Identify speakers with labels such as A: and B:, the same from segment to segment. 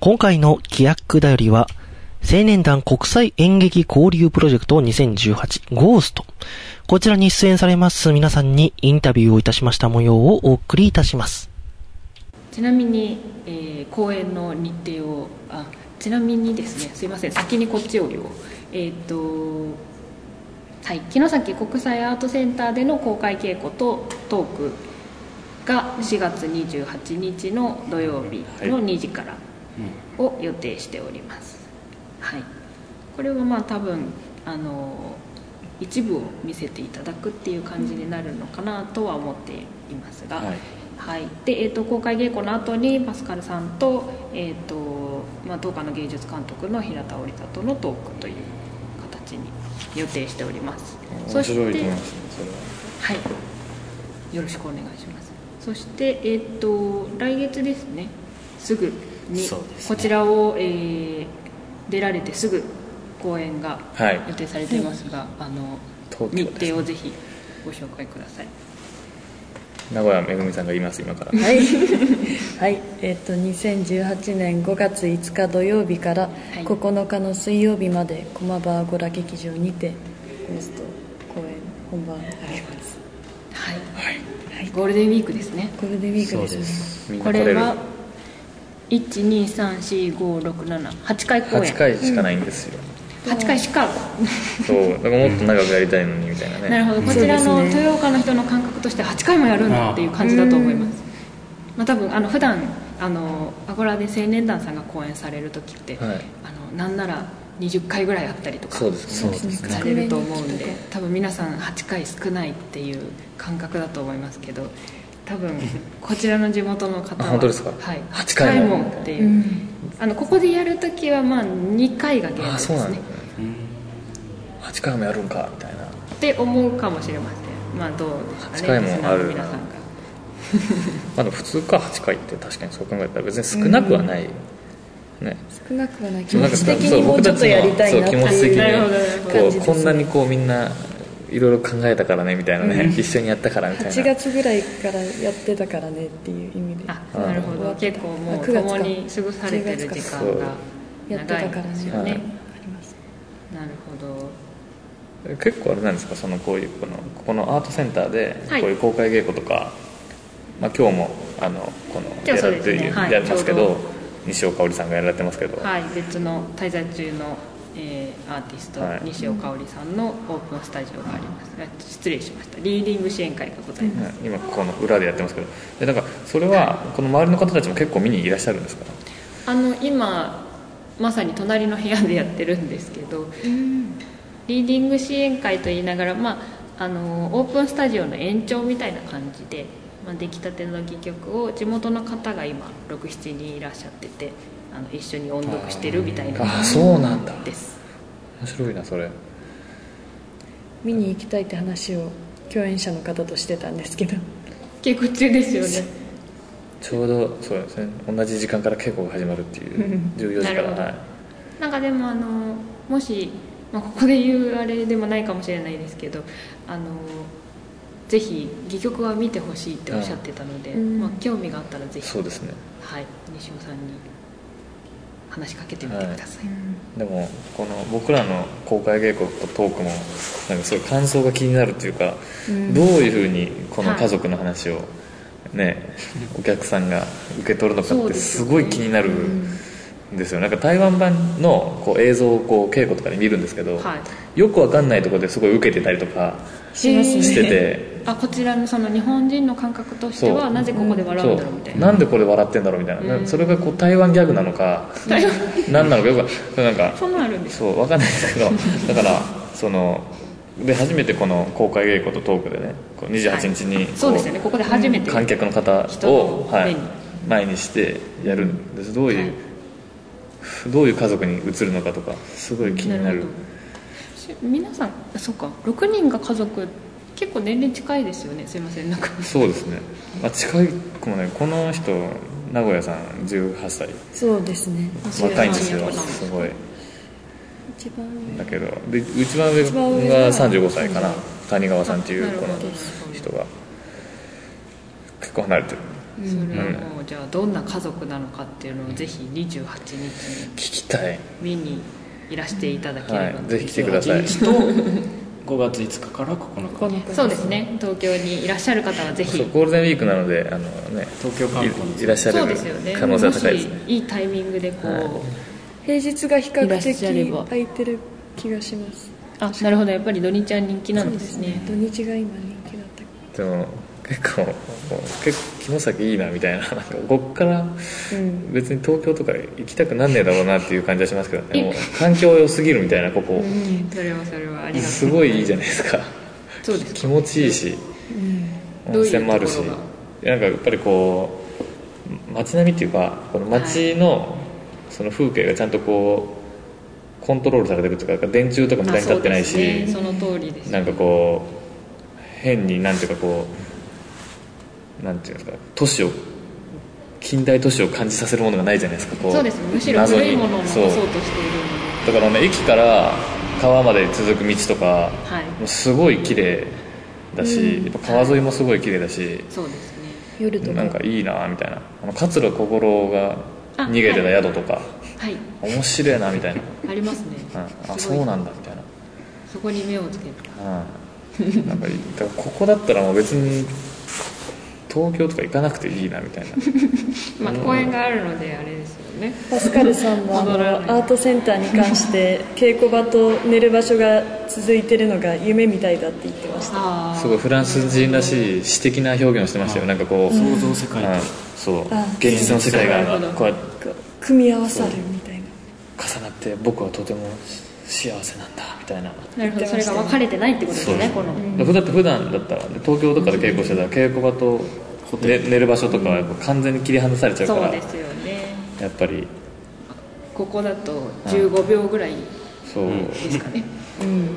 A: 今回の規約だよりは、青年団国際演劇交流プロジェクト2018ゴースト。こちらに出演されます皆さんにインタビューをいたしました模様をお送りいたします。
B: ちなみに、えー公演の日程をあちなみにですねすいません先にこっちよりをえーっ、とはい城崎国際アートセンターでの公開稽古とトークが4月28日の土曜日の2時からを予定しております、はい、これはまあ多分あの一部を見せていただくっていう感じになるのかなとは思っていますが、
C: はい
B: はい、で、えー、と公開稽古の後にパスカルさんと,、えーとまあ、東華の芸術監督の平田織里のトークという形に予定しております
C: 面
B: そして
C: 白いと思いますねそれは
B: はいよろしくお願いしますそして、えー、と来月ですねすぐに
C: そうです
B: こ
C: ね
B: ちらを、えー出られてすぐ公演が
C: はい
B: 予定されていますが、あの
C: 東京
B: 日
C: です
B: 程をぜひご紹介ください
C: 名古屋めぐみさんが言います今から
D: はい、 はいえっと2018年5月5日土曜日から
B: い
D: 9日の水曜日まで駒場アゴラ劇場にてゴースト公演本番あります
B: はい、
D: はい
B: ゴールデンウィークですね
D: ゴールデンウィークです
C: み
D: ね
C: ん
B: こ
C: な撮れ
B: れ
C: る
B: は1234567回公演
C: 8回しかないんですよ、
B: 8回しか、
C: そうだからもっと長くやりたいのにみたいなね
B: なるほどこちら
D: そう
B: の
D: ですね
B: 豊岡の人の感覚として8回もやるんだっていう感じだと思いますまあ、多分あの普段あのアゴラで青年団さんが公演される時って、
C: はい
B: あのなんなら20回ぐらいあったりとか
C: そうですねそうですね
B: されると思うんで多分皆さん8回少ないっていう感覚だと思いますけど多分こちらの地元の方
C: あ
B: は
C: 本当ですか
B: はい、8
C: 8
B: 回
C: 回も
B: もっていう、あのここでやるときはまあ2回が限度
C: あ
B: で
C: あそう
B: す
C: なんだ
B: ね
C: ね8回もやるんかみたいな
B: って思うかもしれませんまあどうですかね
C: 8回も
B: リスナーの
C: ある
B: 皆さんが
C: まあでも普通か8回って確かにそう考えたら別に少なくはない、ね
D: 少なくはない気
C: そう
D: 持
C: なんか
D: ち
C: さ
D: 的にもうちょっとやりたいなって
C: そう僕たちの
D: いう
B: なるほどなるほ
C: そ
B: ど
C: う気持ち的にこ
D: 感じです
C: うこんなにこうみんないろいろ考えたからねみたいなね、一緒にやったからみたいな
D: 8月ぐらいからやってたからねっていう意味で
B: あなるほど
D: うん
B: 結構もう
D: 9月か
B: 共に過ごされてる時間が
D: やって
B: 長い
D: たから
B: んで
D: ね
B: すよね、
C: はい
D: あります
B: なるほど
C: 結構あれなんですかそのこういうこのここのアートセンターでこ
B: はいう
C: いう公開稽古とか、まあ、今日もあのこの
B: 今
C: や
B: 日
C: ら
B: そう
C: れ
B: で
C: て
B: す
C: い
B: ね
C: る
B: はい
C: やってますけ
B: ちょ
C: ど、
B: うど
C: 西尾香織さんがやられてますけど、
B: はい、別の滞在中の、えーアーティスト、
C: はい
B: 西尾香織さんのオープンスタジオがあります、あ失礼しましたリーディング支援会がございます、
C: ね今ここの裏でやってますけどでなんかそれはこの周りの方たちも結構見にいらっしゃるんですか
B: あの今まさに隣の部屋でやってるんですけど、リーディング支援会と言いながら、まあ、あのオープンスタジオの延長みたいな感じで、まあ、出来たての戯曲を地元の方が今67人いらっしゃっててあの一緒に音読してるみたいな
C: あーそうなんだ
B: です
C: 面白いなそれ
D: 見に行きたいって話を共演者の方としてたんですけど
B: 稽古中ですよね
C: ちょうどそうですね同じ時間から稽古が始まるっていう14時か
B: なるほど
C: ら、はい、
B: なんかでもあのもし、まあ、ここで言うあれでもないかもしれないですけどあのぜひ戯曲は見てほしいっておっしゃってたので、
D: うん
B: まあ、興味があったらぜひ
C: そ、うですね
B: はい、西尾さんに話しかけてみてください、
C: でもこの僕らの公開稽古とトークもなんかすごい感想が気になるっていうか、どういうふうにこの家族の話を、ね、お客さんが受け取るのか
B: そ
C: っ
B: うで
C: て
B: す
C: す
B: よね
C: ごい気になるんですよなんか台湾版のこう映像をこう稽古とかで見るんですけど、
B: はい
C: よくわかんないところですごい受けてたりとか
D: しますね
C: してて。
B: あこちらのその日本人の感覚としては
C: そう
B: なぜここで笑うんだろうみたい
C: そう
B: な
C: なんでこれ笑ってんだろうみたいな、それがこう台湾ギャグなのか何なのかよくわなんか
B: そんなんあるんです
C: そうわかんないですけどだからそので初めてこの公開稽古とトークでねこう28日にこう、
B: そうですよねここで初めて
C: 観客の方
B: 人
C: を、
B: を
C: は
B: 目
C: い
B: に、
C: 前にしてやるんですどういう、どういう家族に映るのかとかすごい気になる
B: なるほし皆さんそうか6人が家族結構年齢近いですよねすいませんなんか
C: そうですね、まあ、近い子もねこの人名古屋さん18歳
D: そうですね
C: 若いんです
B: 18
C: よ
B: なんだ
C: すごい
D: 一番
C: だけどで一番上が
D: 一番上が
C: 35歳かな谷川さんってい
B: な
C: う
B: るほ
C: こ
B: ど
C: の人が結構離れてる
D: うん
B: それはもうじゃあどんな家族なのかっていうのをぜひ28日に
C: 聞きたい
B: 見にいらしていただけ
C: は
B: れば
C: い
B: と
C: ぜひ来てください
E: 28日と5月5日から9日
B: そうですね東京にいらっしゃる方はぜ
C: そう
B: ひ
C: ゴールデンウィークなのであの、ね、
E: 東京観光の
C: いいらっしゃ
B: そう
C: る
B: ですよね
C: 可能性は高いですね
B: もしいいタイミングでこう、
C: はい
D: 平日が比較
B: いらっしゃれば
D: 的空いてる気がします
B: あなるほどやっぱり土日は人気なんですね
D: 土日が今人気だった
C: でも結構もう結構肝先いいなみたいななんかこっから
D: うん
C: 別に東京とか行きたくなんねえだろうなっていう感じはしますけどねもう環境良すぎるみたいなここ
B: それはそれはありがと
C: すごいいいじゃないですか
B: うそうです
C: 気持ちいいし温泉もあるし
B: どういうとこ
C: なんかやっぱりこう街並みっていうかこの街のその風景がちゃんとこうコントロールされてるというか電柱とか無駄に立ってない
B: あ
C: し、
B: そうですねその通りです
C: なんかこう変になんていうかこうなんていうんですか都市を近代都市を感じさせるものがないじゃないですかこう
B: そうですむしろ
C: 謎に
B: 古いものを残そうとしてい
C: そう
B: るの
C: だからね駅から川まで続く道とか
B: ではい
C: もうすごい綺麗だし、
D: うん
C: やっぱ川沿いもすごい綺麗だし、
B: そうですね
D: 夜とか
C: なんかいいなみたいなあの桂小五郎が
B: あ
C: 逃げてた宿とか、
B: はい
C: 面白いなみたいな、
B: ありますね
C: うん、あ
B: す
C: そ
B: ごいう
C: なんだみたいな
B: そこに目をつける
C: うんなんかいいだからここだったらもう別に東京とか行かなくていいなみたいな
B: まあ公園があるのであれですよね
D: パスカルさんもあの
B: 戻らない
D: アートセンターに関して稽古場と寝る場所が続いてるのが夢みたいだって言ってました
B: ああ
C: すごいフランス人らしい詩的な表現をしてましたよなんかこう、うん
E: 想像世界と
C: そう
D: あ
C: 現実の世界
B: なる
C: が
B: ほど
C: こうやって
D: こう組み合わさるみたいな
C: 重なって僕はとても幸せなんだみたいな
B: なるほどそれが分かれてないってことです
C: そうで
B: ね
C: す
B: この
C: だからだって普段だったら東京とかで稽古してたら稽古場とね寝る場所とかはやっぱ完全に切り離されちゃうか
B: そう
C: ら
B: ですよね
C: やっぱり
B: ここだと15秒ぐらい
C: そう、
B: ですかね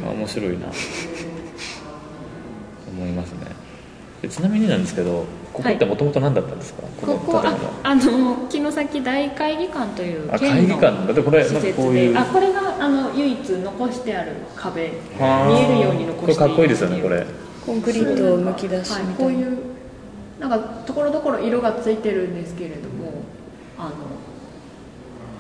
C: あ面白いな思いますねえちなみになんですけどここってもともと何だったんですか、
B: ここ
C: の
B: あ
C: 建物は
B: あの城崎大会議館という
C: あ
B: 県の
C: 会議館だってこれ
B: 施設で
C: なんかこう
B: あ
C: いう
B: これがあの唯一残してある壁見
C: はー
B: えるように残している
C: これかっこいいですよねこれ
D: コンクリートをむき出し
B: はい
D: み
B: こ
D: た
B: う
D: い
B: い
D: な
B: うなんかところどころ色がついてるんですけれどもあの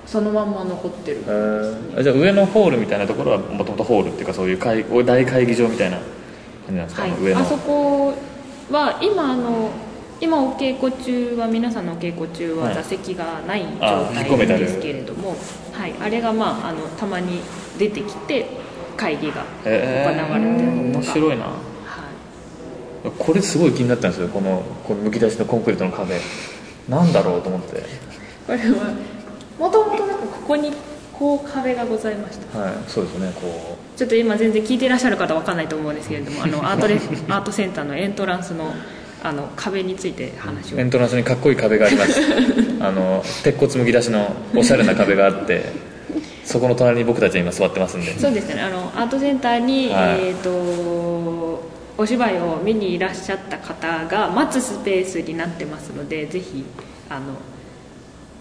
B: そのまんま残ってる
C: えーあじゃあ上のホールみたいなところはもともとホールっていうかそういう会大会議場みたいな感じなんですか、
B: は
C: あの上
B: い、
C: の
B: あそこは今あの今お稽古中は皆さんのお稽古中
C: は
B: はい座席がない状
C: あ引っ込め
B: 態
C: てあ
B: なん
C: る
B: ですけれどもはい、あれが、まあ、あのたまに出てきて会議が行
C: えー
B: われてる
C: 面
B: とか、はい
C: 白いなこれすごい気になったんですよこのこのむき出しのコンクリートの壁なんだろうと思って
B: これはもともとなんかここにこう壁がございました
C: はいそうですねこう
B: ちょっと今全然聞いていらっしゃる方わかんないと思うんですけれどもあのアー トレアートセンターのエントランスのあの壁について話を
C: エントランスにかっこいい壁があ りますあの鉄骨むき出しのおしゃれな壁があってそこの隣に僕たちは今座ってますんで
B: そうですねあのアートセンターに、
C: はい
B: えー、とお芝居を見にいらっしゃった方が待つスペースになってますのでぜひあの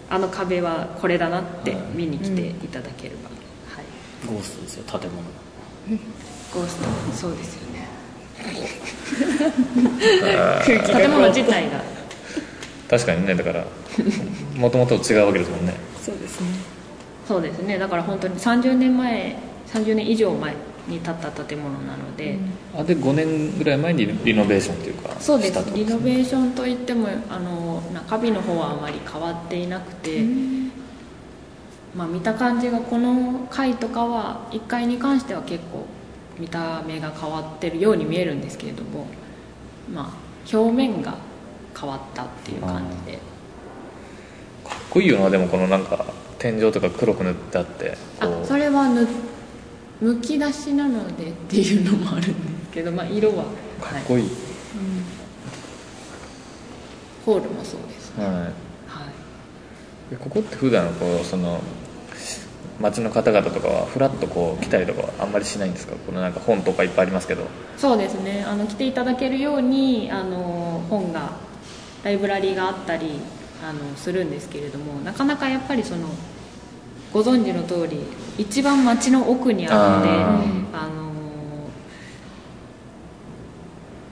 B: あの壁はこれだなって
C: はい
B: 見に来ていただければ、はい
E: ゴーストですよ建物
B: ゴーストそうですよね
D: 空気
B: 建物
D: がこ
B: 自体が
C: 確かにねだからもともと違うわけですもんね
D: うそうですね
B: そうですねだから本当に30年前30年以上前に建った建物なので、
C: あで5年ぐらい前にリノベーションというか
B: そうで
C: したと
B: すリノベーションといってもあの中身の方はあまり変わっていなくて、まあ、見た感じがこの階とかは1階に関しては結構見た目が変わってるように見えるんですけれども、まあ、表面が変わったっていう感じで
C: かっこいいよなでもこのなんか天井とか黒く塗ってあって
B: あ
C: こう
B: それはぬむき出しなのでっていうのもあるんですけど、まあ、色は、
C: か
B: は
C: っ
B: い、
C: こいい、
B: ホールもそうです、
C: はい
B: はい、
C: でここって普段こうその町の方々とかはフラッとこう来たりとかはあんまりしないんですかこのなんか本とかいっぱいありますけど
B: そうですねあの来ていただけるようにあの本がライブラリーがあったりあのするんですけれどもなかなかやっぱりそのご存知の通り一番街の奥にあるので
C: あ
B: あの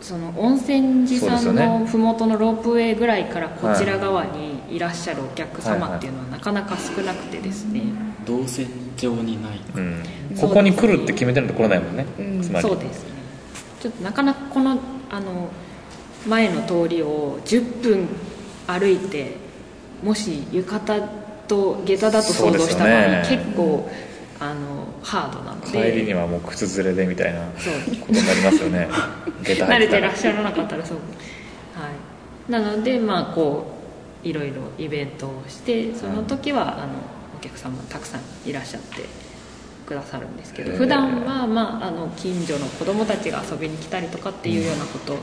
B: その温泉寺さ
C: そうんですよ
B: の
C: ね
B: 麓のロープウェイぐらいからこちら側にいらっしゃるお客様っていうのはなかなか少なくてですね、
E: 動線上にない
C: うん、ここに来るって決めてると来れないもんね、
D: うん
C: つまり
B: そうですねちょっとなかなかこのあの前の通りを10分歩いてもし浴衣と下駄だと想像した場合、
C: そうですよね
B: 結構あのハードなの
C: 帰
B: で
C: りにはもう靴ずれでみたいなこ
B: そう
C: とになります よね下駄
B: 慣
C: 入
B: れ
C: った
B: て
C: ら
B: らっしゃらなかったらそうはいなのでまあこういろいろイベントをしてその時は、あのお客様たくさんいらっしゃってくださるんですけど
C: へえ
B: 普段はまああの近所の子供たちが遊びに来たりとかっていうようなこと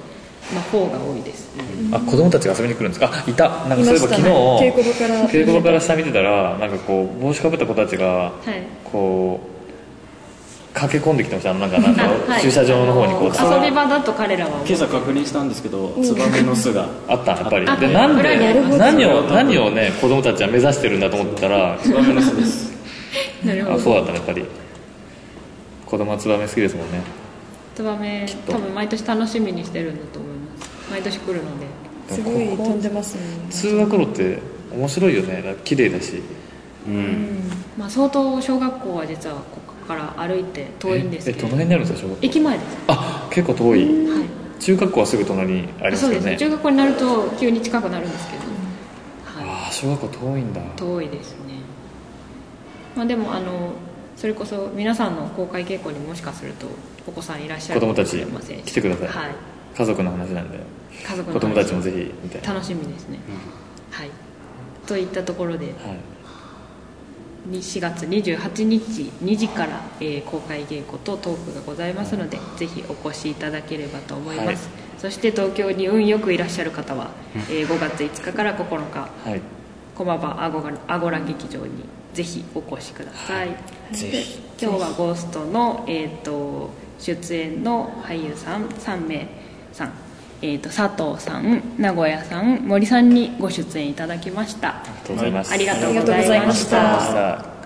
B: の方が多いですね、
C: あ子供たちが遊びに来るんですかあいたなんかそういえば昨日
D: 稽古場から
C: 稽古場から下見てたらなんかこう帽子かぶった子たちが
B: はい
C: こう駆け込んできてましたあのなんかなん
B: あは
C: か
B: い
C: 駐車場の方にこう
B: あの遊び場だと彼らは思う
E: 今朝確認したんですけどツバメの巣が
C: あったやっぱり
B: あ
C: でなん
B: 裏にありま
C: です何を何をね子供たちは目指してるんだと思ったら
E: ツバメの巣です
B: なる
C: あ
B: ほ
C: そう
B: ど
C: だったねやっぱり子供はツバメ好きですもんね
B: ツバメ
C: と
B: 多分毎年楽しみにしてるんだと思います毎年来るのです
D: ごい飛んでますよね
C: 通学路って面白いよねだから綺麗だし
E: うん
B: まあ、相当小学校は実はここから歩いて遠いんです
C: え
B: け
C: ど
B: れど
C: の辺にあるんですか小学校
B: 駅前です、
C: あ結構遠い
B: はい
C: 中学校はすぐ隣にありま
B: そ
C: す
B: う
C: け
B: で
C: ど
B: す
C: ね
B: 中学校になると急に近くなるんですけど、は
C: ああ小学校遠いんだ
B: い、遠いですね、まあ、でもあのそれこそ皆さんの公開稽古にもしかするとお子さんいらっしゃる
C: 子供た
B: かも
C: ち
B: しれませんし
C: 来てください、
B: はい、
C: 家族の話なんで
B: 家族の
C: 子供たちもぜひみたいな、
B: 楽しみですね、はいといったところで
C: はい、
B: に4月28日2時から、えー公開稽古とトークがございますので、ぜひお越しいただければと思います、
C: は
B: そして東京に運よくいらっしゃる方は、えー5月5日から9日
C: はい、
B: 駒場アゴガアゴラ劇場にぜひお越しください、
E: ぜひ
B: 今日はゴーストの、えー、と出演の俳優さん3名さん、えー、と佐藤さん名古屋さん森さんにご出演いただきました
C: ありがとうございます
B: ありがとうございました
C: ありがとうございました